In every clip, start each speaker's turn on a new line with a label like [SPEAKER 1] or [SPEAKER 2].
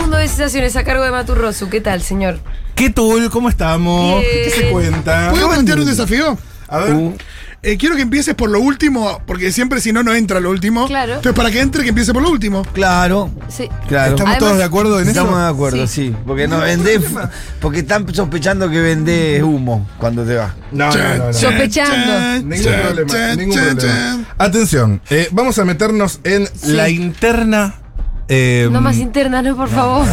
[SPEAKER 1] Conversaciones a cargo de Maturrosu. ¿Qué tal, señor?
[SPEAKER 2] ¿Qué tal? ¿Cómo estamos?
[SPEAKER 1] Bien.
[SPEAKER 2] ¿Qué se cuenta?
[SPEAKER 3] ¿Puedo plantear un desafío?
[SPEAKER 2] A ver,
[SPEAKER 4] Uh,
[SPEAKER 3] Eh, quiero que empieces por lo último, porque siempre si no, no entra lo último.
[SPEAKER 1] Claro.
[SPEAKER 3] Entonces, para que entre, que empiece por lo último.
[SPEAKER 4] Claro.
[SPEAKER 1] Sí.
[SPEAKER 4] Claro.
[SPEAKER 2] ¿estamos
[SPEAKER 1] Además-
[SPEAKER 2] todos de acuerdo en
[SPEAKER 4] Estamos de
[SPEAKER 2] eso?
[SPEAKER 4] acuerdo, sí. Porque no vendés. Porque están sospechando que vendés humo cuando te vas.
[SPEAKER 2] Ah, No, no, no, no.
[SPEAKER 1] Sospechando.
[SPEAKER 2] Ningún problema, ningún problema. Atención, eh, vamos a meternos en la interna. eh,
[SPEAKER 1] No más internas, no, por favor.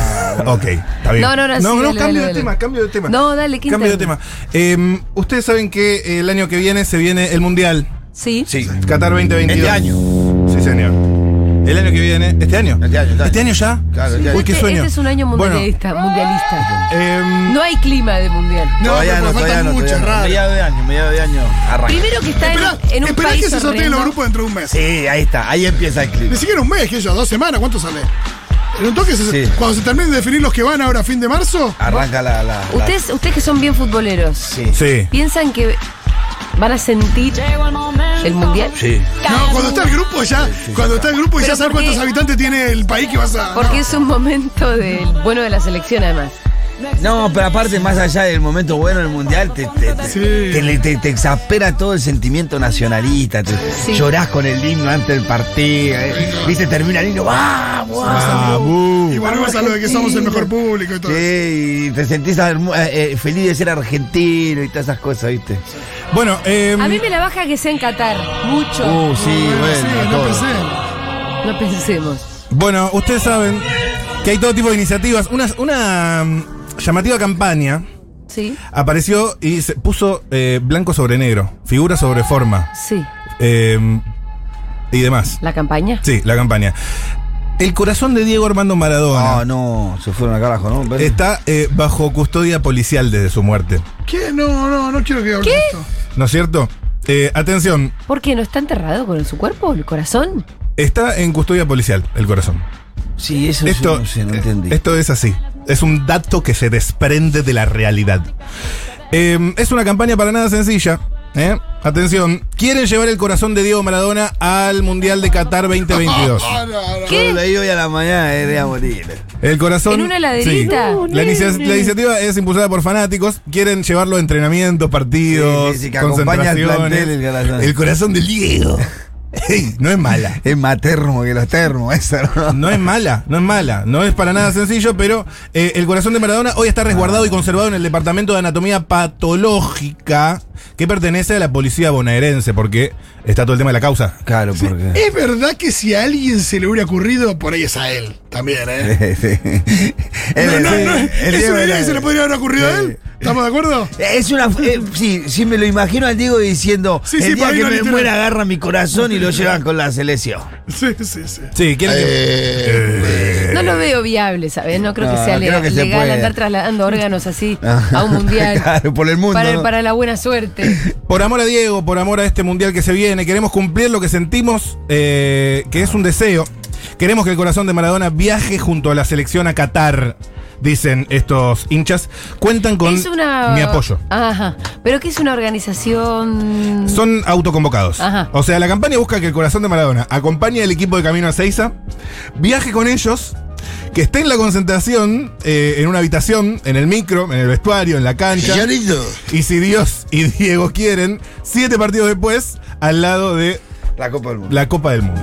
[SPEAKER 2] Ok, está bien.
[SPEAKER 1] No, no, no, sí,
[SPEAKER 2] No,
[SPEAKER 1] dale, dale,
[SPEAKER 2] cambio de
[SPEAKER 1] dale.
[SPEAKER 2] tema, cambio de tema.
[SPEAKER 1] No, dale, ¿qué
[SPEAKER 2] Cambio de tema.
[SPEAKER 1] interna?
[SPEAKER 2] Eh, ustedes saben que eh, el año que viene se viene el Mundial.
[SPEAKER 1] Sí. Este
[SPEAKER 4] Sí.
[SPEAKER 2] Qatar 2022.
[SPEAKER 4] Este año.
[SPEAKER 2] Sí, señor. El año que viene. ¿Este año?
[SPEAKER 4] Este año, este año.
[SPEAKER 2] ya?
[SPEAKER 4] Claro, este año.
[SPEAKER 2] Uy, qué
[SPEAKER 1] este,
[SPEAKER 2] sueño.
[SPEAKER 1] este es un año
[SPEAKER 2] Bueno,
[SPEAKER 1] mundialista. mundialista.
[SPEAKER 2] em,
[SPEAKER 1] No hay clima de mundial.
[SPEAKER 3] No,
[SPEAKER 4] todavía
[SPEAKER 3] pero
[SPEAKER 4] no,
[SPEAKER 3] falta
[SPEAKER 4] todavía no.
[SPEAKER 3] mucho,
[SPEAKER 4] Todavía no.
[SPEAKER 3] raro.
[SPEAKER 4] Mediado de año, mediado de año. Arranca.
[SPEAKER 1] Primero que está en,
[SPEAKER 3] Esperá,
[SPEAKER 1] en un
[SPEAKER 3] esperá
[SPEAKER 1] país
[SPEAKER 3] que se sorteen
[SPEAKER 1] horrendo.
[SPEAKER 3] los grupos dentro de un mes.
[SPEAKER 4] Sí, ahí está. Ahí empieza el clip.
[SPEAKER 3] Ni siquiera un mes, que yo, dos semanas, ¿cuánto sale? En un toque, se-
[SPEAKER 4] Sí.
[SPEAKER 3] cuando se terminen de definir los que van ahora a fin de marzo,
[SPEAKER 4] Arranca la. la, la-
[SPEAKER 1] Ustedes, ustedes que son bien futboleros,
[SPEAKER 4] Sí.
[SPEAKER 2] sí.
[SPEAKER 1] ¿piensan que van a sentir el mundial?
[SPEAKER 4] Sí.
[SPEAKER 3] no, cuando está el grupo ya, cuando está el grupo y
[SPEAKER 1] Pero
[SPEAKER 3] ya sabes
[SPEAKER 1] porque-
[SPEAKER 3] cuántos habitantes tiene el país que vas a.
[SPEAKER 1] Porque es un momento del bueno de la selección, además.
[SPEAKER 4] No, pero aparte, más allá del momento bueno del mundial, te, te, te-
[SPEAKER 3] Sí.
[SPEAKER 4] te- te- te exaspera todo el sentimiento nacionalista. Te,
[SPEAKER 1] Sí.
[SPEAKER 4] Llorás con el himno antes del partido. eh. Viste, termina el himno, ¡vamos!
[SPEAKER 3] no. Y volvemos a lo de que somos el mejor público y todo.
[SPEAKER 4] Sí, y te sentís hermo- eh, eh, feliz de ser argentino y todas esas cosas, ¿viste?
[SPEAKER 2] Bueno, em,
[SPEAKER 1] A mí me la baja que sea en Qatar. Mucho.
[SPEAKER 4] Uh, sí, bueno,
[SPEAKER 3] Sí,
[SPEAKER 4] todo.
[SPEAKER 3] no pensé.
[SPEAKER 1] No pensemos.
[SPEAKER 2] bueno, ustedes saben que hay todo tipo de iniciativas. Una, una mm, llamativa campaña
[SPEAKER 1] Sí.
[SPEAKER 2] apareció y se puso eh, blanco sobre negro, figura sobre forma
[SPEAKER 1] Sí.
[SPEAKER 2] em, y demás.
[SPEAKER 1] ¿La campaña?
[SPEAKER 2] Sí, la campaña. El corazón de Diego Armando Maradona
[SPEAKER 1] Ah,
[SPEAKER 4] No, no, se fueron a carajo, ¿no? Pero-
[SPEAKER 2] está eh, bajo custodia policial desde su muerte.
[SPEAKER 3] ¿Qué? No, no, no quiero que hable de esto.
[SPEAKER 2] ¿No es cierto? Eh, atención,
[SPEAKER 1] ¿Por qué? ¿No está enterrado con su cuerpo, el corazón?
[SPEAKER 2] está en custodia policial el corazón.
[SPEAKER 4] Sí, eso
[SPEAKER 2] Esto,
[SPEAKER 4] sí, no sé, no
[SPEAKER 2] eh,
[SPEAKER 4] entendí.
[SPEAKER 2] esto es así. Es un dato que se desprende de la realidad. Eh, es una campaña para nada sencilla. ¿eh? Atención, quieren llevar el corazón de Diego Maradona al Mundial de Qatar 2022.
[SPEAKER 3] Ah, no, no.
[SPEAKER 4] Yo lo leí hoy a la mañana, eh, de a morir.
[SPEAKER 2] El corazón.
[SPEAKER 1] ¿En una heladerita?
[SPEAKER 2] sí.
[SPEAKER 1] No,
[SPEAKER 2] la, inicia- la iniciativa es impulsada por fanáticos. Quieren llevarlo a entrenamientos, partidos,
[SPEAKER 4] Sí, sí, sí, que acompaña al
[SPEAKER 2] concentraciones.
[SPEAKER 4] plantel el corazón.
[SPEAKER 2] El corazón del Diego. Ey, no es mala.
[SPEAKER 4] Es más termo que los termos, esa, ¿no?
[SPEAKER 2] No es mala, no es mala, no es para nada sencillo, pero eh, el corazón de Maradona hoy está resguardado y conservado en el Departamento de Anatomía Patológica que pertenece a la policía bonaerense, porque está todo el tema de la causa.
[SPEAKER 4] Claro, porque.
[SPEAKER 3] Es verdad que si a alguien se le hubiera ocurrido, por ahí es a él también, ¿eh?
[SPEAKER 2] Eh,
[SPEAKER 4] El-
[SPEAKER 3] No, no,
[SPEAKER 4] el-
[SPEAKER 3] no,
[SPEAKER 4] el
[SPEAKER 3] ¿Es
[SPEAKER 4] Diego
[SPEAKER 3] una idea
[SPEAKER 4] era-
[SPEAKER 3] que se le podría haber ocurrido a él? ¿Estamos de acuerdo?
[SPEAKER 4] Es una. eh, sí, sí, me lo imagino al Diego diciendo:
[SPEAKER 3] Sí, sí,
[SPEAKER 4] El día
[SPEAKER 3] para mí
[SPEAKER 4] que
[SPEAKER 3] no
[SPEAKER 4] me
[SPEAKER 3] literal.
[SPEAKER 4] muera, agarra mi corazón y lo llevan con la selección.
[SPEAKER 3] Sí, sí, Eh, sí.
[SPEAKER 2] Sí, quieren que-
[SPEAKER 1] No lo veo viable, ¿sabes? No creo que
[SPEAKER 4] No,
[SPEAKER 1] sea
[SPEAKER 4] creo
[SPEAKER 1] legal,
[SPEAKER 4] que se
[SPEAKER 1] legal
[SPEAKER 4] puede. Ah,
[SPEAKER 1] andar trasladando órganos así a un mundial.
[SPEAKER 4] Claro, por el mundo,
[SPEAKER 1] Para,
[SPEAKER 4] ¿no?
[SPEAKER 1] para la buena suerte.
[SPEAKER 2] Por amor a Diego, por amor a este mundial que se viene, queremos cumplir lo que sentimos, eh, que es un deseo. Queremos que el corazón de Maradona viaje junto a la selección a Qatar, dicen estos hinchas. Cuentan con
[SPEAKER 1] es una...
[SPEAKER 2] mi apoyo.
[SPEAKER 1] Ajá. Pero que es una organización...
[SPEAKER 2] Son autoconvocados.
[SPEAKER 1] Ajá.
[SPEAKER 2] O sea, la campaña busca que el corazón de Maradona acompañe al equipo de Camino a Seiza, viaje con ellos, que esté en la concentración, eh, en una habitación, en el micro, en el vestuario, en la cancha. Y si Dios y Diego quieren, siete partidos después, al lado de
[SPEAKER 4] La Copa del Mundo.
[SPEAKER 2] la Copa del Mundo.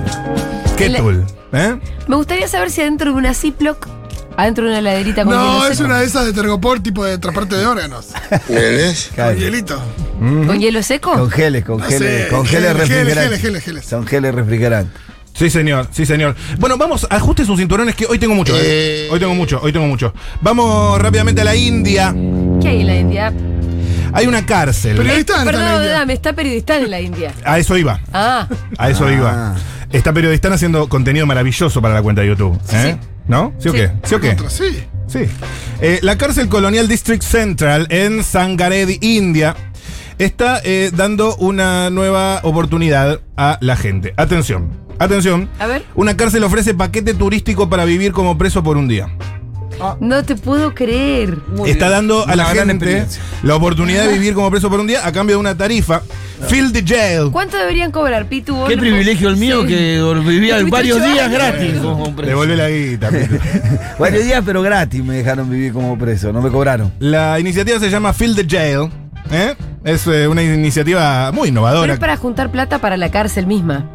[SPEAKER 2] ¿Qué
[SPEAKER 1] El-
[SPEAKER 2] tool? ¿Eh?
[SPEAKER 1] Me gustaría saber si adentro de una Ziploc, adentro de una heladerita con
[SPEAKER 3] No,
[SPEAKER 1] hielo
[SPEAKER 3] es
[SPEAKER 1] seco,
[SPEAKER 3] una de esas de Tergopor, tipo de transporte de órganos. Con
[SPEAKER 4] Claro.
[SPEAKER 3] hielito.
[SPEAKER 1] ¿Con hielo seco?
[SPEAKER 4] Con geles, con
[SPEAKER 3] No
[SPEAKER 4] geles,
[SPEAKER 3] sé,
[SPEAKER 4] con geles
[SPEAKER 3] geles,
[SPEAKER 4] refrigerantes.
[SPEAKER 3] geles, geles, geles.
[SPEAKER 4] Son geles refrigerantes.
[SPEAKER 2] Sí, señor, sí, señor. Bueno, vamos, ajusten sus cinturones que hoy tengo mucho. ¿eh? Hoy tengo mucho, hoy tengo mucho. Vamos rápidamente a la India.
[SPEAKER 1] ¿Qué hay en la India?
[SPEAKER 2] Hay una cárcel.
[SPEAKER 3] Periodista en la
[SPEAKER 1] Perdón,
[SPEAKER 3] India.
[SPEAKER 1] dame, está periodista en la India.
[SPEAKER 2] A eso iba.
[SPEAKER 1] Ah,
[SPEAKER 2] A eso iba. Esta periodista haciendo contenido maravilloso para la cuenta de YouTube. ¿eh? ¿No? ¿Sí, o
[SPEAKER 1] Sí.
[SPEAKER 2] qué? ¿Sí o qué?
[SPEAKER 3] Contra, sí.
[SPEAKER 2] Sí. Eh, la cárcel colonial District Central en Sangaredi, India, está eh, dando una nueva oportunidad a la gente. Atención, atención.
[SPEAKER 1] a ver.
[SPEAKER 2] Una cárcel ofrece paquete turístico para vivir como preso por un día.
[SPEAKER 1] No te puedo creer.
[SPEAKER 2] está dando a
[SPEAKER 3] Una
[SPEAKER 2] la
[SPEAKER 3] gran
[SPEAKER 2] gente
[SPEAKER 3] experiencia.
[SPEAKER 2] la oportunidad de vivir como preso por un día a cambio de una tarifa. Fill the jail.
[SPEAKER 1] ¿Cuánto deberían cobrar, Pitu? vos
[SPEAKER 5] Qué
[SPEAKER 1] no-
[SPEAKER 5] privilegio el mío
[SPEAKER 1] Sí.
[SPEAKER 5] que dor- vivía
[SPEAKER 1] Estuviste
[SPEAKER 5] varios
[SPEAKER 1] ocho
[SPEAKER 5] días
[SPEAKER 1] años.
[SPEAKER 5] gratis. como un preso.
[SPEAKER 2] Devuelve la guita. Pito.
[SPEAKER 4] Varios días, pero gratis me dejaron vivir como preso, no me cobraron.
[SPEAKER 2] la iniciativa se llama Fill the jail. ¿eh? Es eh, una iniciativa muy
[SPEAKER 1] Pero
[SPEAKER 2] innovadora.
[SPEAKER 1] es para juntar plata para la cárcel misma.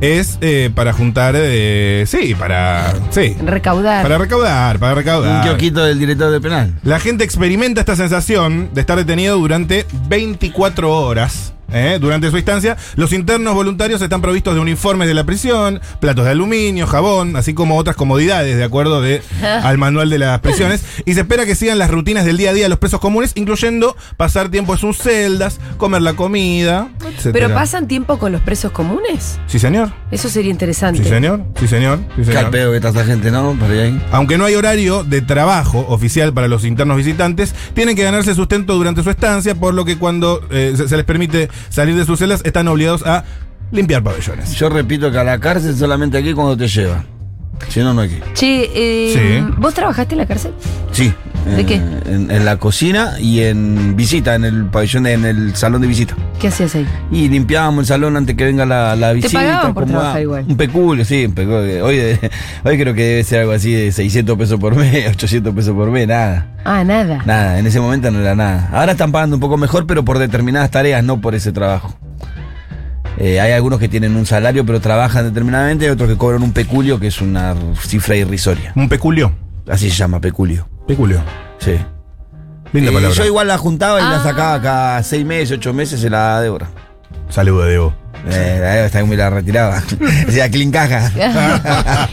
[SPEAKER 2] Es eh, para juntar. eh, sí, para. Sí.
[SPEAKER 1] Recaudar.
[SPEAKER 2] Para recaudar, para
[SPEAKER 5] Un
[SPEAKER 2] recaudar.
[SPEAKER 5] kiosquito del director de penal.
[SPEAKER 2] La gente experimenta esta sensación de estar detenido durante 24 horas. ¿eh? Durante su instancia, los internos voluntarios están provistos de uniformes de la prisión, platos de aluminio, jabón, así como otras comodidades, de acuerdo de, al manual de las prisiones. Y se espera que sigan las rutinas del día a día de los presos comunes, incluyendo pasar tiempo en sus celdas, comer la comida, etc.
[SPEAKER 1] ¿Pero pasan tiempo con los presos comunes?
[SPEAKER 2] Sí, señor.
[SPEAKER 1] Eso sería interesante.
[SPEAKER 2] Sí, señor. Sí, señor. Sí,
[SPEAKER 4] Qué al
[SPEAKER 2] señor.
[SPEAKER 4] pedo que está esta gente, ¿no? Por ahí.
[SPEAKER 2] Aunque no hay horario de trabajo oficial para los internos visitantes, tienen que ganarse sustento durante su estancia, por lo que cuando eh, se se les permite salir de sus celas están obligados a limpiar pabellones.
[SPEAKER 4] Yo repito que a la cárcel solamente aquí cuando te lleva. Si no, no aquí.
[SPEAKER 1] Che, eh,
[SPEAKER 2] Sí.
[SPEAKER 1] ¿vos trabajaste en la cárcel?
[SPEAKER 4] Sí.
[SPEAKER 1] ¿De
[SPEAKER 4] Eh,
[SPEAKER 1] qué?
[SPEAKER 4] En, en la cocina y en visita, en el pabellón, de- en el salón de visita.
[SPEAKER 1] ¿Qué hacías ahí?
[SPEAKER 4] Y limpiábamos el salón antes que venga la, la visita.
[SPEAKER 1] pagaban por
[SPEAKER 4] acomodá-
[SPEAKER 1] trabajar igual.
[SPEAKER 4] Un peculio, sí, un peculio. Hoy, de- hoy creo que debe ser algo así de 600 pesos por mes, 800 pesos por mes, nada.
[SPEAKER 1] Ah, nada.
[SPEAKER 4] Nada, en ese momento no era nada. Ahora están pagando un poco mejor, pero por determinadas tareas, no por ese trabajo. Eh, hay algunos que tienen un salario, pero trabajan determinadamente, y otros que cobran un peculio, que es una cifra irrisoria.
[SPEAKER 2] Un peculio.
[SPEAKER 4] Así se llama, peculio.
[SPEAKER 2] Peculio.
[SPEAKER 4] Sí.
[SPEAKER 2] Linda
[SPEAKER 4] Eh,
[SPEAKER 2] palabra.
[SPEAKER 4] yo igual la juntaba y
[SPEAKER 1] Ah.
[SPEAKER 4] la sacaba cada seis meses, ocho meses, se la daba a Débora.
[SPEAKER 2] Saludo, Debo.
[SPEAKER 4] Eh, la Débora está muy la retiraba. Decía, clincaja.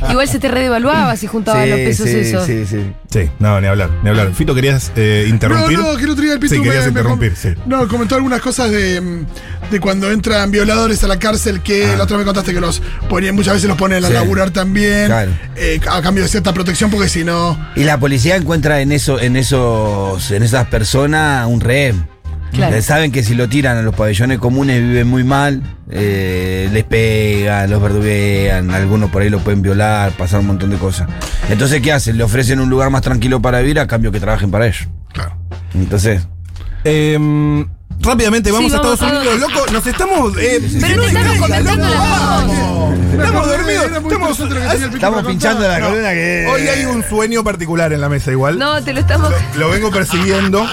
[SPEAKER 1] Igual se te redevaluaba si juntabas los pesos
[SPEAKER 4] sí,
[SPEAKER 1] esos.
[SPEAKER 4] sí, sí.
[SPEAKER 2] Sí, no, ni hablar, ni hablar. Fito, ¿querías eh,
[SPEAKER 3] No,
[SPEAKER 2] interrumpir?
[SPEAKER 3] no, que el otro día el Pitu
[SPEAKER 2] Sí,
[SPEAKER 3] me-
[SPEAKER 2] querías
[SPEAKER 3] me com-
[SPEAKER 2] interrumpir, sí.
[SPEAKER 3] No, comentó algunas cosas de, mm, de cuando entran violadores a la cárcel, que la otra me contaste que los ponían, muchas veces los ponen a
[SPEAKER 4] Sí.
[SPEAKER 3] laburar también,
[SPEAKER 4] Claro.
[SPEAKER 3] eh, a cambio de cierta protección, porque si no...
[SPEAKER 4] Y la policía encuentra en eso, en esos, en esas personas un rehén.
[SPEAKER 1] Claro.
[SPEAKER 4] Eh, Saben que si lo tiran a los pabellones comunes viven muy mal, eh, les pegan, los verduguean, algunos por ahí lo pueden violar, pasar un montón de cosas. Entonces, ¿qué hacen? Le ofrecen un lugar más tranquilo para vivir a cambio que trabajen para ellos.
[SPEAKER 2] Claro.
[SPEAKER 4] Entonces,
[SPEAKER 2] Em, rápidamente, vamos
[SPEAKER 1] Sí,
[SPEAKER 2] a
[SPEAKER 1] vamos
[SPEAKER 2] Estados
[SPEAKER 1] a-
[SPEAKER 2] Unidos, loco. Nos estamos.
[SPEAKER 1] Pero
[SPEAKER 2] eh, no
[SPEAKER 1] te estamos
[SPEAKER 2] distraigan,
[SPEAKER 1] comentando
[SPEAKER 2] loco.
[SPEAKER 1] las cosas.
[SPEAKER 2] Vamos. Estamos dormidos. Estamos, ¿Ah?
[SPEAKER 4] estamos pinchando la
[SPEAKER 2] No,
[SPEAKER 4] columna que.
[SPEAKER 2] Hoy hay un sueño particular en la mesa, igual.
[SPEAKER 1] No, te lo estamos,
[SPEAKER 2] Lo vengo persiguiendo,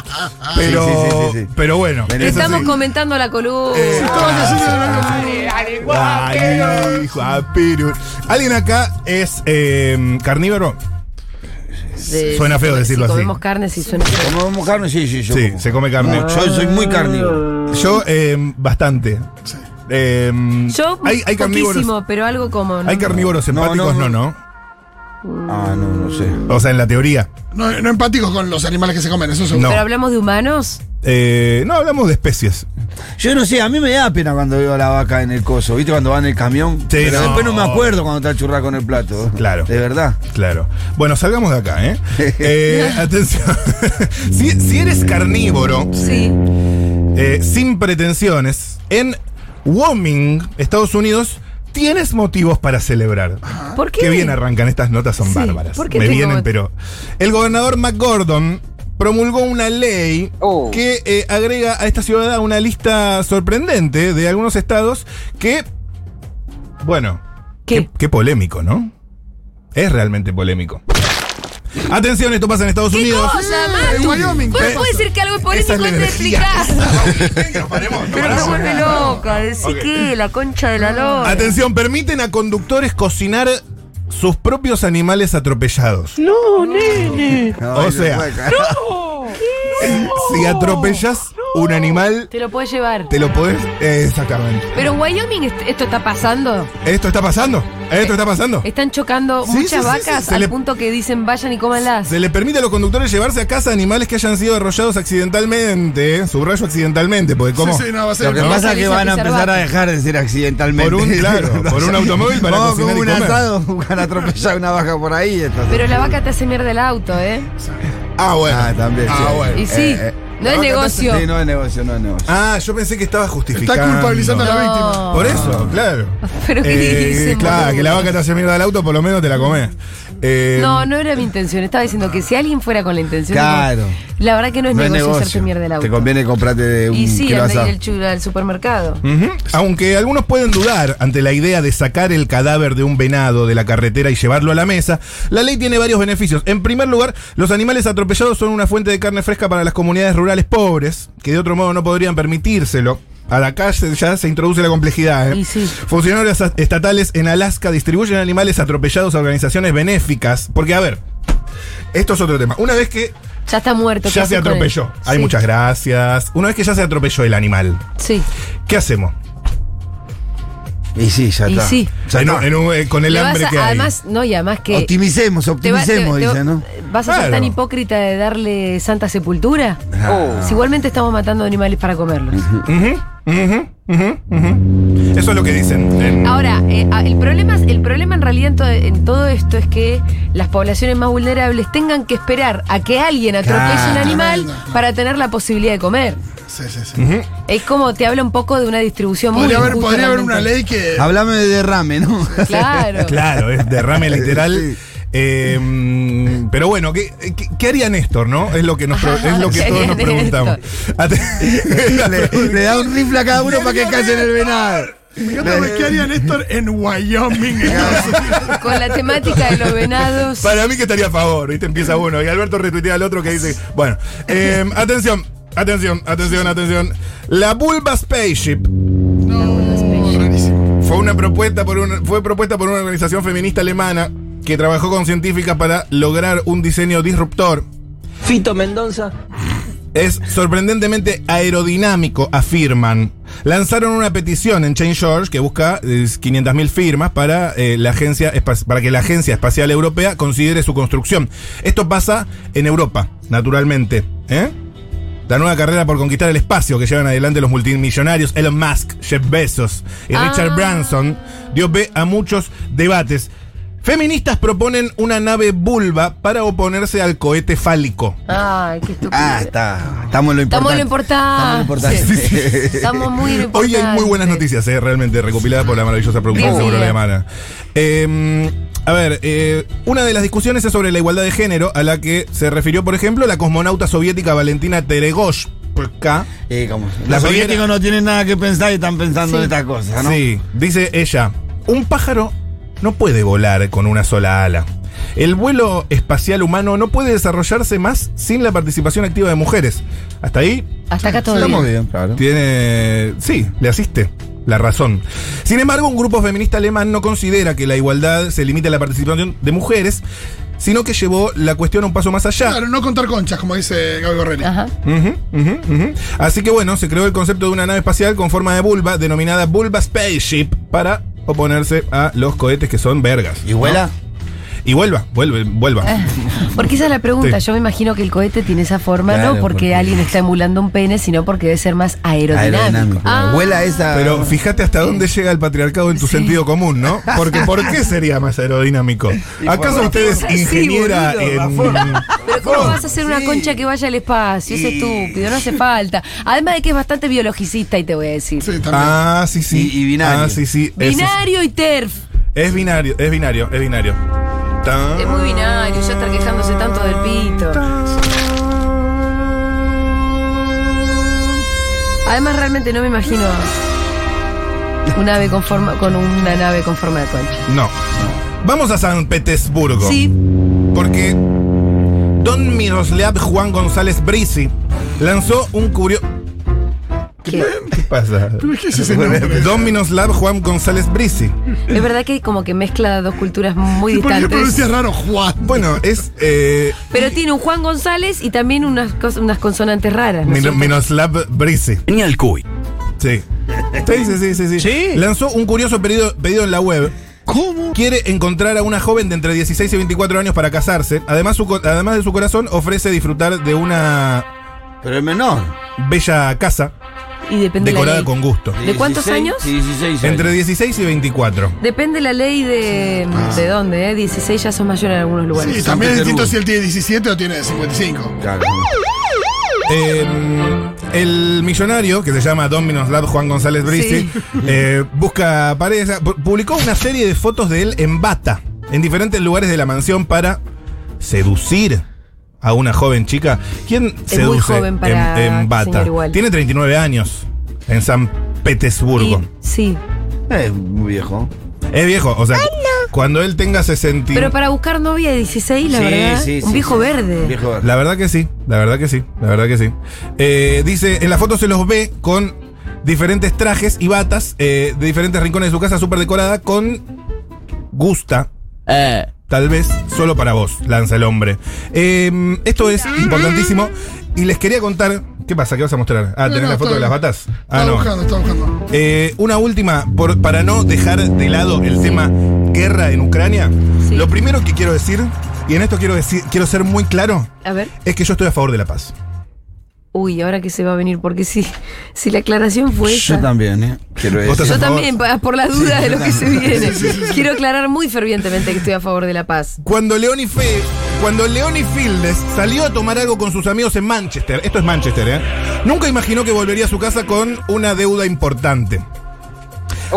[SPEAKER 2] pero,
[SPEAKER 4] Sí, sí, sí, sí, sí.
[SPEAKER 2] pero bueno.
[SPEAKER 1] te
[SPEAKER 2] eso
[SPEAKER 1] estamos
[SPEAKER 2] sí.
[SPEAKER 1] comentando la columna.
[SPEAKER 2] Eh,
[SPEAKER 1] Dale, dale, guau, pero-
[SPEAKER 2] Ay, guapiru. ¿Alguien acá es eh, carnívoro?
[SPEAKER 1] Sí,
[SPEAKER 2] Suena
[SPEAKER 1] sí,
[SPEAKER 2] feo
[SPEAKER 1] sí,
[SPEAKER 2] decirlo así.
[SPEAKER 1] Comemos carne si suena feo.
[SPEAKER 4] ¿Comemos carne? Sí, sí, yo.
[SPEAKER 2] Sí,
[SPEAKER 4] como.
[SPEAKER 2] se come carne.
[SPEAKER 4] Yo soy muy carnívoro.
[SPEAKER 2] Yo, eh, bastante. Eh,
[SPEAKER 1] Yo
[SPEAKER 2] hay, hay carnívoros.
[SPEAKER 1] poquísimo, pero algo como.
[SPEAKER 2] Hay carnívoros
[SPEAKER 4] No,
[SPEAKER 2] empáticos, no,
[SPEAKER 4] no,
[SPEAKER 2] no,
[SPEAKER 4] Ah, no, no sé.
[SPEAKER 2] O sea, en la teoría.
[SPEAKER 3] No, no empáticos con los animales que se comen, eso seguro.
[SPEAKER 1] Pero
[SPEAKER 2] no.
[SPEAKER 1] hablamos de humanos.
[SPEAKER 2] Eh, no hablamos de especies.
[SPEAKER 4] Yo no sé, a mí me da pena cuando veo a la vaca en el coso, ¿viste? Cuando va en el camión. pero
[SPEAKER 2] no.
[SPEAKER 4] después no me acuerdo cuando está el churrasco en el plato.
[SPEAKER 2] Claro.
[SPEAKER 4] De verdad.
[SPEAKER 2] Claro. Bueno, salgamos de acá, ¿eh? Eh, atención. si, si eres carnívoro,
[SPEAKER 1] Sí.
[SPEAKER 2] eh, sin pretensiones, en Wyoming, Estados Unidos, tienes motivos para celebrar.
[SPEAKER 1] ¿Por qué?
[SPEAKER 2] Qué bien arrancan estas notas, son
[SPEAKER 1] Sí,
[SPEAKER 2] bárbaras.
[SPEAKER 1] ¿por qué
[SPEAKER 2] Me
[SPEAKER 1] tengo
[SPEAKER 2] vienen,
[SPEAKER 1] mot-
[SPEAKER 2] pero. El gobernador McGordon promulgó una ley
[SPEAKER 1] Oh.
[SPEAKER 2] que eh, agrega a esta ciudad una lista sorprendente de algunos estados que. Bueno,
[SPEAKER 1] ¿Qué?
[SPEAKER 2] qué polémico, ¿no? Es realmente polémico. Atención, esto pasa en Estados
[SPEAKER 1] ¿Qué
[SPEAKER 2] Unidos.
[SPEAKER 1] cosa,
[SPEAKER 3] En
[SPEAKER 1] Matu?
[SPEAKER 3] Wyoming,
[SPEAKER 1] ¿Vos
[SPEAKER 2] ¿qué
[SPEAKER 1] puede
[SPEAKER 2] pasa?
[SPEAKER 1] decir que algo es político
[SPEAKER 2] Esa es la
[SPEAKER 1] antes de
[SPEAKER 2] energía
[SPEAKER 1] explicar? Pero me vuelve loca. Decí
[SPEAKER 2] Ah, Ok. Ah.
[SPEAKER 1] que la concha de la lora.
[SPEAKER 2] Atención, permiten a conductores cocinar sus propios animales atropellados. O sea, Si atropellas un animal,
[SPEAKER 1] Te lo puedes llevar.
[SPEAKER 2] te lo podés. eh, exactamente.
[SPEAKER 1] Pero en Wyoming est- esto está pasando.
[SPEAKER 2] Esto está pasando. Esto está pasando.
[SPEAKER 1] Están chocando
[SPEAKER 2] Sí, sí,
[SPEAKER 1] muchas
[SPEAKER 2] sí,
[SPEAKER 1] vacas
[SPEAKER 2] sí, se
[SPEAKER 1] al
[SPEAKER 2] le-
[SPEAKER 1] punto que dicen vayan y cómanlas.
[SPEAKER 2] Se le permite a los conductores llevarse a casa animales que hayan sido arrollados accidentalmente. eh, Subrayo accidentalmente, porque como.
[SPEAKER 3] Sí, sí, no, va a ser-
[SPEAKER 4] Lo que
[SPEAKER 3] no.
[SPEAKER 4] pasa es que
[SPEAKER 1] Elisa
[SPEAKER 4] van a empezar
[SPEAKER 1] Pizarro.
[SPEAKER 4] a dejar de ser accidentalmente.
[SPEAKER 2] Por un- claro, por un automóvil para
[SPEAKER 4] Vamos
[SPEAKER 2] cocinar
[SPEAKER 4] con
[SPEAKER 2] y
[SPEAKER 4] un
[SPEAKER 2] comer.
[SPEAKER 4] asado, van a atropellar una vaca por ahí. entonces-
[SPEAKER 1] Pero la vaca te hace mierda el auto, ¿eh?
[SPEAKER 2] Ah, bueno.
[SPEAKER 4] Ah, también.
[SPEAKER 2] Ah,
[SPEAKER 4] sí.
[SPEAKER 2] bueno.
[SPEAKER 1] Y sí.
[SPEAKER 4] Eh, eh,
[SPEAKER 1] No es negocio.
[SPEAKER 4] Sí, no es negocio, no es negocio.
[SPEAKER 2] Ah, yo pensé que estaba justificando.
[SPEAKER 3] Está culpabilizando a la víctima.
[SPEAKER 1] No.
[SPEAKER 2] Por eso, claro. Eh,
[SPEAKER 1] Pero qué dice,
[SPEAKER 2] Claro,
[SPEAKER 1] boludo.
[SPEAKER 2] que la vaca te hace mierda del auto, por lo menos te la comés. Eh,
[SPEAKER 1] No, no era mi intención. Estaba diciendo que si alguien fuera con la intención.
[SPEAKER 4] Claro.
[SPEAKER 1] de- La verdad que no es negocio, hacerte mierda el auto.
[SPEAKER 4] Te conviene comprarte un
[SPEAKER 1] Y sí,
[SPEAKER 4] kilo de
[SPEAKER 1] anda a
[SPEAKER 4] asado.
[SPEAKER 1] ir al chu- al supermercado.
[SPEAKER 2] Ujú. Aunque algunos pueden dudar ante la idea de sacar el cadáver de un venado de la carretera y llevarlo a la mesa, la ley tiene varios beneficios. En primer lugar, los animales atropellados son una fuente de carne fresca para las comunidades rurales pobres, que de otro modo no podrían permitírselo. A la calle ya se introduce la complejidad. ¿eh?
[SPEAKER 1] Y sí.
[SPEAKER 2] Funcionarios as- estatales en Alaska distribuyen animales atropellados a organizaciones benéficas. Porque, a ver, esto es otro tema. Una vez que
[SPEAKER 1] Ya está muerto. ¿qué
[SPEAKER 2] ya se
[SPEAKER 1] haces con él?
[SPEAKER 2] atropelló, hay
[SPEAKER 1] Sí,
[SPEAKER 2] muchas gracias. Una vez que ya se atropelló el animal,
[SPEAKER 1] Sí.
[SPEAKER 2] ¿qué hacemos?
[SPEAKER 4] Y sí, ya
[SPEAKER 1] Y
[SPEAKER 4] está.
[SPEAKER 1] sí.
[SPEAKER 4] Ya
[SPEAKER 2] En
[SPEAKER 4] está.
[SPEAKER 2] un- en un- eh, con el
[SPEAKER 1] Le vas
[SPEAKER 2] hambre
[SPEAKER 1] a-
[SPEAKER 2] que hay.
[SPEAKER 1] Además, no, y además que.
[SPEAKER 4] Optimicemos,
[SPEAKER 1] te va- te-
[SPEAKER 4] optimicemos,
[SPEAKER 1] te-
[SPEAKER 4] dice, ¿no?
[SPEAKER 1] ¿Vas a ser
[SPEAKER 2] Claro.
[SPEAKER 1] tan hipócrita de darle santa sepultura?
[SPEAKER 4] Ah.
[SPEAKER 1] Si igualmente estamos matando animales para comerlos.
[SPEAKER 2] Ujú, ujú, ujú, ujú. Eso es lo que dicen. En-
[SPEAKER 1] Ahora, eh, a- el, problema, es- el problema en realidad en, to- en todo esto es que las poblaciones más vulnerables tengan que esperar a que alguien atropelle un
[SPEAKER 4] Claro.
[SPEAKER 1] animal para tener la posibilidad de comer.
[SPEAKER 3] Sí, sí, sí.
[SPEAKER 2] ujú.
[SPEAKER 1] Es como te habla un poco de una distribución muy
[SPEAKER 3] Podría haber,
[SPEAKER 1] injusta
[SPEAKER 3] podría haber una
[SPEAKER 1] realmente.
[SPEAKER 3] ley que.
[SPEAKER 4] Hablame de derrame, ¿no?
[SPEAKER 1] Claro.
[SPEAKER 2] Claro, es derrame literal.
[SPEAKER 4] Sí.
[SPEAKER 2] Eh, mm, pero bueno, ¿qué, qué, qué haría Néstor, no? Es lo que, nos pro- es lo que
[SPEAKER 1] ¿qué
[SPEAKER 2] todos
[SPEAKER 1] haría
[SPEAKER 2] nos preguntamos.
[SPEAKER 4] le, le da un rifle a cada uno para que callen el venado.
[SPEAKER 3] Me encanta ver qué haría Néstor en Wyoming. entonces.
[SPEAKER 1] Con la temática de los venados.
[SPEAKER 2] Para mí que estaría a favor, ¿viste? Empieza uno. Y Alberto retuitea al otro que dice. Bueno, eh, atención, atención, atención, atención. La Bulba Spaceship
[SPEAKER 3] no, rarísimo.
[SPEAKER 2] Fue una propuesta por una, fue propuesta por una organización feminista alemana que trabajó con científicas para lograr un diseño disruptor.
[SPEAKER 6] Fito Mendoza.
[SPEAKER 2] Es sorprendentemente aerodinámico, afirman. Lanzaron una petición en Change.org que busca eh, 500.000 firmas para, eh, la agencia, espa- para que la Agencia Espacial Europea considere su construcción. Esto pasa en Europa, naturalmente. ¿eh? La nueva carrera por conquistar el espacio que llevan adelante los multimillonarios Elon Musk, Jeff Bezos y
[SPEAKER 1] Ah.
[SPEAKER 2] Richard Branson dio pie a muchos debates. Feministas proponen una nave vulva para oponerse al cohete fálico.
[SPEAKER 1] Ay, qué estúpido.
[SPEAKER 4] Ah, está. Estamos en lo
[SPEAKER 1] Estamos en lo
[SPEAKER 4] importante.
[SPEAKER 1] importante.
[SPEAKER 4] Estamos en lo importante.
[SPEAKER 1] Estamos muy en lo
[SPEAKER 2] Hoy hay muy buenas
[SPEAKER 1] importante.
[SPEAKER 2] noticias, eh, realmente recopiladas por la maravillosa producción
[SPEAKER 1] Bien.
[SPEAKER 2] Seguro la Alemana. Eh, a ver, eh, una de las discusiones es sobre la igualdad de género, a la que se refirió, por ejemplo, la cosmonauta soviética Valentina Teregoshka.
[SPEAKER 4] Eh, ¿cómo?
[SPEAKER 2] La
[SPEAKER 4] Los soviéticos
[SPEAKER 2] primera-
[SPEAKER 4] no tienen nada que pensar y están pensando
[SPEAKER 1] Sí.
[SPEAKER 4] en estas cosas, ¿no?
[SPEAKER 2] Sí, dice ella, un pájaro no puede volar con una sola ala. El vuelo espacial humano no puede desarrollarse más sin la participación activa de mujeres. Hasta ahí
[SPEAKER 1] Hasta acá todo
[SPEAKER 4] Estamos
[SPEAKER 1] bien.
[SPEAKER 4] bien, claro.
[SPEAKER 2] Tiene. Sí, le asiste la razón. Sin embargo, un grupo feminista alemán no considera que la igualdad se limite a la participación de mujeres, sino que llevó la cuestión a un paso más allá.
[SPEAKER 3] Claro, no contar conchas, como dice Gaby Borrelli.
[SPEAKER 1] Ajá.
[SPEAKER 2] Ujú, ujú, ujú. Así que bueno, se creó el concepto de una nave espacial con forma de vulva, denominada Vulva Spaceship, para oponerse a los cohetes que son vergas.
[SPEAKER 4] ¿Y vuela?
[SPEAKER 2] Y vuelva, vuelve, vuelva.
[SPEAKER 1] Ah. Porque esa es la pregunta.
[SPEAKER 2] Sí.
[SPEAKER 1] Yo me imagino que el cohete tiene esa forma,
[SPEAKER 4] Claro,
[SPEAKER 1] no porque,
[SPEAKER 4] porque-
[SPEAKER 1] alguien está emulando un pene, sino porque debe ser más aerodinámico.
[SPEAKER 4] Aerodinámico.
[SPEAKER 1] Ah.
[SPEAKER 4] Vuela esa.
[SPEAKER 2] Pero fíjate hasta dónde llega el patriarcado en tu sentido común, ¿no? Porque ¿por qué sería más aerodinámico? ¿Acaso usted es
[SPEAKER 1] Sí,
[SPEAKER 2] ingeniera
[SPEAKER 4] boludo, la
[SPEAKER 2] en...
[SPEAKER 1] Pero ¿cómo vas a hacer una
[SPEAKER 4] Sí.
[SPEAKER 1] concha que vaya al espacio? Es
[SPEAKER 4] Y-
[SPEAKER 1] estúpido, no hace falta. Además de que es bastante biologicista y te voy a decir.
[SPEAKER 3] Sí, también.
[SPEAKER 2] Ah, sí, sí.
[SPEAKER 4] Y- y binario.
[SPEAKER 2] Ah, sí, sí. eso sí.
[SPEAKER 1] Binario y TERF.
[SPEAKER 2] Es binario, es binario, es binario. Tan-
[SPEAKER 1] Es muy binario, ya estar quejándose tanto del pito. Además realmente no me imagino un ave con forma, con una nave con forma de concha.
[SPEAKER 2] No. Vamos a San Petersburgo.
[SPEAKER 1] Sí,
[SPEAKER 2] Porque Don Miroslav Juan González Brisi lanzó un curioso...
[SPEAKER 1] que
[SPEAKER 2] ¿Qué pasa?
[SPEAKER 3] ¿Pero qué es ese nombre?
[SPEAKER 2] Don Miroslav Juan González Brisi.
[SPEAKER 1] es verdad que como que mezcla dos culturas muy
[SPEAKER 3] ¿Y por qué
[SPEAKER 1] distantes.
[SPEAKER 3] pronuncias raro Juan?
[SPEAKER 2] Bueno, es... eh,
[SPEAKER 1] Pero tiene un Juan González y también unas, cos- unas consonantes raras. ¿no?
[SPEAKER 2] Min- Miroslav Brisi.
[SPEAKER 5] Genial, cuy.
[SPEAKER 2] Sí. Sí, sí, sí, sí, sí.
[SPEAKER 5] ¿Sí?
[SPEAKER 2] Lanzó un curioso pedido, pedido en la web.
[SPEAKER 5] ¿Cómo?
[SPEAKER 2] Quiere encontrar a una joven de entre 16 y 24 años para casarse. Además, su co- además de su corazón, ofrece disfrutar de una
[SPEAKER 4] Pero es menor.
[SPEAKER 2] bella casa
[SPEAKER 1] Y depende de la
[SPEAKER 2] decorada
[SPEAKER 1] ley.
[SPEAKER 2] con gusto.
[SPEAKER 1] ¿De cuántos
[SPEAKER 5] 16,
[SPEAKER 1] años?
[SPEAKER 5] 16 años.
[SPEAKER 2] Entre 16 y 24.
[SPEAKER 1] Depende la ley de,
[SPEAKER 2] Ah.
[SPEAKER 1] de dónde, ¿eh? 16 ya son mayor en algunos lugares.
[SPEAKER 3] Sí,
[SPEAKER 4] San
[SPEAKER 3] también es distinto
[SPEAKER 4] Petersburgo.
[SPEAKER 3] si él tiene 17 o tiene 55.
[SPEAKER 4] Claro.
[SPEAKER 2] Eh, el millonario, que se llama Dominos Lab Juan González Brici,
[SPEAKER 1] Sí.
[SPEAKER 2] eh, busca pareja, pu- publicó una serie de fotos de él en bata, en diferentes lugares de la mansión para seducir a una joven chica. ¿Quién
[SPEAKER 1] Es muy
[SPEAKER 2] seduce
[SPEAKER 1] joven para
[SPEAKER 2] en, en bata?
[SPEAKER 1] señor igual.
[SPEAKER 2] Tiene 39 años en San Petersburgo.
[SPEAKER 1] Y- sí.
[SPEAKER 4] Es muy viejo.
[SPEAKER 2] Es viejo, o sea, cuando él tenga 60. y-
[SPEAKER 1] Pero para buscar novia de 16, la
[SPEAKER 4] Sí,
[SPEAKER 1] verdad.
[SPEAKER 4] sí,
[SPEAKER 1] un
[SPEAKER 4] sí,
[SPEAKER 1] viejo
[SPEAKER 4] sí.
[SPEAKER 1] verde.
[SPEAKER 4] Un viejo verde.
[SPEAKER 2] La verdad que sí, la verdad que sí, la verdad que sí. Eh, dice, en la foto se los ve con diferentes trajes y batas eh, de diferentes rincones de su casa súper decorada con gusta.
[SPEAKER 5] Eh.
[SPEAKER 2] Tal vez solo para vos, lanza el hombre. Eh, esto es importantísimo y les quería contar... ¿Qué pasa? ¿Qué vas a mostrar? Ah,
[SPEAKER 3] No,
[SPEAKER 2] ¿tenés
[SPEAKER 3] no,
[SPEAKER 2] la foto
[SPEAKER 3] está
[SPEAKER 2] de las
[SPEAKER 3] bien.
[SPEAKER 2] batas? Ah,
[SPEAKER 3] Estaba
[SPEAKER 2] no.
[SPEAKER 3] buscando, estaba buscando.
[SPEAKER 2] Eh, una última, por- para no dejar de lado el tema guerra en Ucrania.
[SPEAKER 1] Sí.
[SPEAKER 2] Lo primero que quiero decir, y en esto quiero, decir, quiero ser muy claro,
[SPEAKER 1] A ver.
[SPEAKER 2] es que yo estoy a favor de la paz.
[SPEAKER 1] Uy, ahora que se va a venir, porque si, si la aclaración fue
[SPEAKER 4] Yo
[SPEAKER 1] esa.
[SPEAKER 4] también, ¿eh? Quiero
[SPEAKER 2] Vos
[SPEAKER 4] decir.
[SPEAKER 2] estás-
[SPEAKER 1] Yo
[SPEAKER 2] a favor.
[SPEAKER 1] también, pa- por las dudas de lo que se viene. Quiero aclarar muy fervientemente que estoy a favor de la paz.
[SPEAKER 2] Cuando Leoni Fe, cuando Leoni Fieldes salió a tomar algo con sus amigos en Manchester, esto es Manchester, ¿eh? Nunca imaginó que volvería a su casa con una deuda importante.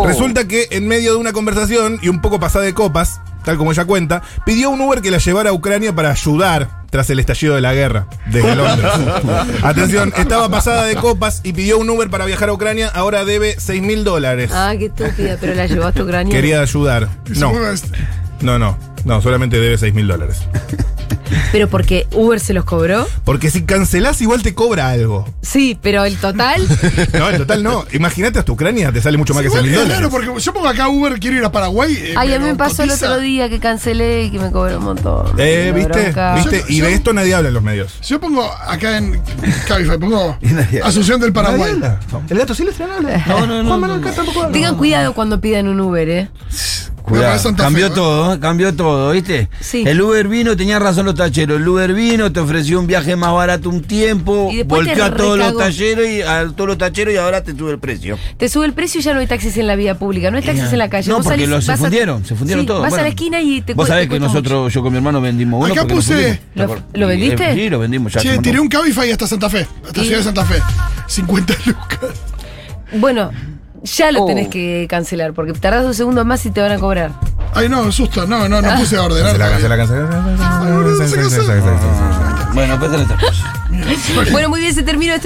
[SPEAKER 2] Resulta que en medio de una conversación y un poco pasada de copas, tal como ella cuenta, pidió a un Uber que la llevara a Ucrania para ayudar tras el estallido de la guerra desde Londres. Atención, estaba pasada de copas y pidió un Uber para viajar a Ucrania, ahora debe 6 mil dólares.
[SPEAKER 1] Ah, qué estúpida, pero la llevaste a Ucrania.
[SPEAKER 2] Quería ayudar. No,
[SPEAKER 3] Supongo que es-
[SPEAKER 2] no, no, no, solamente debe 6 mil dólares.
[SPEAKER 1] Pero porque Uber se los cobró.
[SPEAKER 2] Porque si cancelás igual te cobra algo.
[SPEAKER 1] Sí, pero el total.
[SPEAKER 2] No, en total no. Imagínate hasta Ucrania, te sale mucho más que
[SPEAKER 3] Igual
[SPEAKER 2] 6 mil
[SPEAKER 3] es
[SPEAKER 2] dólares.
[SPEAKER 3] raro, porque yo pongo acá Uber, quiero ir a Paraguay. eh,
[SPEAKER 1] Ay, a
[SPEAKER 3] pero
[SPEAKER 1] mí me pasó el
[SPEAKER 3] cotiza.
[SPEAKER 1] otro día que cancelé y que me cobró un montón.
[SPEAKER 2] Eh,
[SPEAKER 1] Una
[SPEAKER 2] ¿viste?
[SPEAKER 1] bronca.
[SPEAKER 2] ¿Viste?
[SPEAKER 3] Yo-
[SPEAKER 2] Y
[SPEAKER 3] yo-
[SPEAKER 2] de esto nadie habla en los medios.
[SPEAKER 3] Yo pongo acá en Cabify, pongo
[SPEAKER 4] Nadie habla.
[SPEAKER 3] Asunción del Paraguay.
[SPEAKER 2] El dato silvestre no habla.
[SPEAKER 5] No, no, no,
[SPEAKER 2] Juan
[SPEAKER 5] no,
[SPEAKER 2] Manuel
[SPEAKER 5] no.
[SPEAKER 2] Cata tampoco habla.
[SPEAKER 1] Tengan cuidado cuando pidan un Uber, ¿eh?
[SPEAKER 3] Capaz
[SPEAKER 4] Cuidado.
[SPEAKER 3] Santa Fe,
[SPEAKER 4] Cambió
[SPEAKER 3] ¿no?
[SPEAKER 4] todo, ¿eh? cambió todo, ¿viste?
[SPEAKER 1] Sí.
[SPEAKER 4] El Uber vino, tenía razón los tacheros. El Uber vino, te ofreció un viaje más barato un tiempo,
[SPEAKER 1] Y después te
[SPEAKER 4] volteó a todos los
[SPEAKER 1] recagó.
[SPEAKER 4] talleros y a todos los tacheros y ahora te sube el precio.
[SPEAKER 1] Te sube el precio y ya no hay taxis en la vía pública, no hay taxis en la calle.
[SPEAKER 4] No,
[SPEAKER 1] Vos
[SPEAKER 4] porque
[SPEAKER 1] salís-
[SPEAKER 4] los, se
[SPEAKER 1] vas a-
[SPEAKER 4] fundieron, se fundieron
[SPEAKER 1] Sí,
[SPEAKER 4] todos.
[SPEAKER 1] Vas a
[SPEAKER 4] Bueno,
[SPEAKER 1] la esquina y te
[SPEAKER 4] Vos
[SPEAKER 1] cu-
[SPEAKER 4] sabés
[SPEAKER 1] te
[SPEAKER 4] que
[SPEAKER 1] cuesta
[SPEAKER 4] nosotros, yo con mi hermano vendimos uno.
[SPEAKER 3] Acá
[SPEAKER 4] porque nos
[SPEAKER 3] puse-
[SPEAKER 4] fundimos.
[SPEAKER 1] ¿Lo- lo vendiste?
[SPEAKER 4] Sí, lo vendimos ya.
[SPEAKER 3] Che,
[SPEAKER 4] ¿cómo
[SPEAKER 3] tiré
[SPEAKER 4] no?
[SPEAKER 3] un Cabify hasta Santa Fe, hasta
[SPEAKER 1] Y-
[SPEAKER 3] Ciudad de Santa Fe. 50 lucas.
[SPEAKER 1] mucho. Bueno, ya lo
[SPEAKER 6] Oh.
[SPEAKER 1] tenés que cancelar, porque tardás dos segundos más y te van a cobrar.
[SPEAKER 3] Ay, no, susto. No, no,
[SPEAKER 1] Ah.
[SPEAKER 3] no puse a ordenar.
[SPEAKER 2] Cancela, cancela, cancela.
[SPEAKER 3] boludo, se
[SPEAKER 2] Cancela,
[SPEAKER 3] cancela.
[SPEAKER 2] cancela, cancela.
[SPEAKER 4] Bueno, pasan estas cosas.
[SPEAKER 1] Bueno, muy bien, se terminó este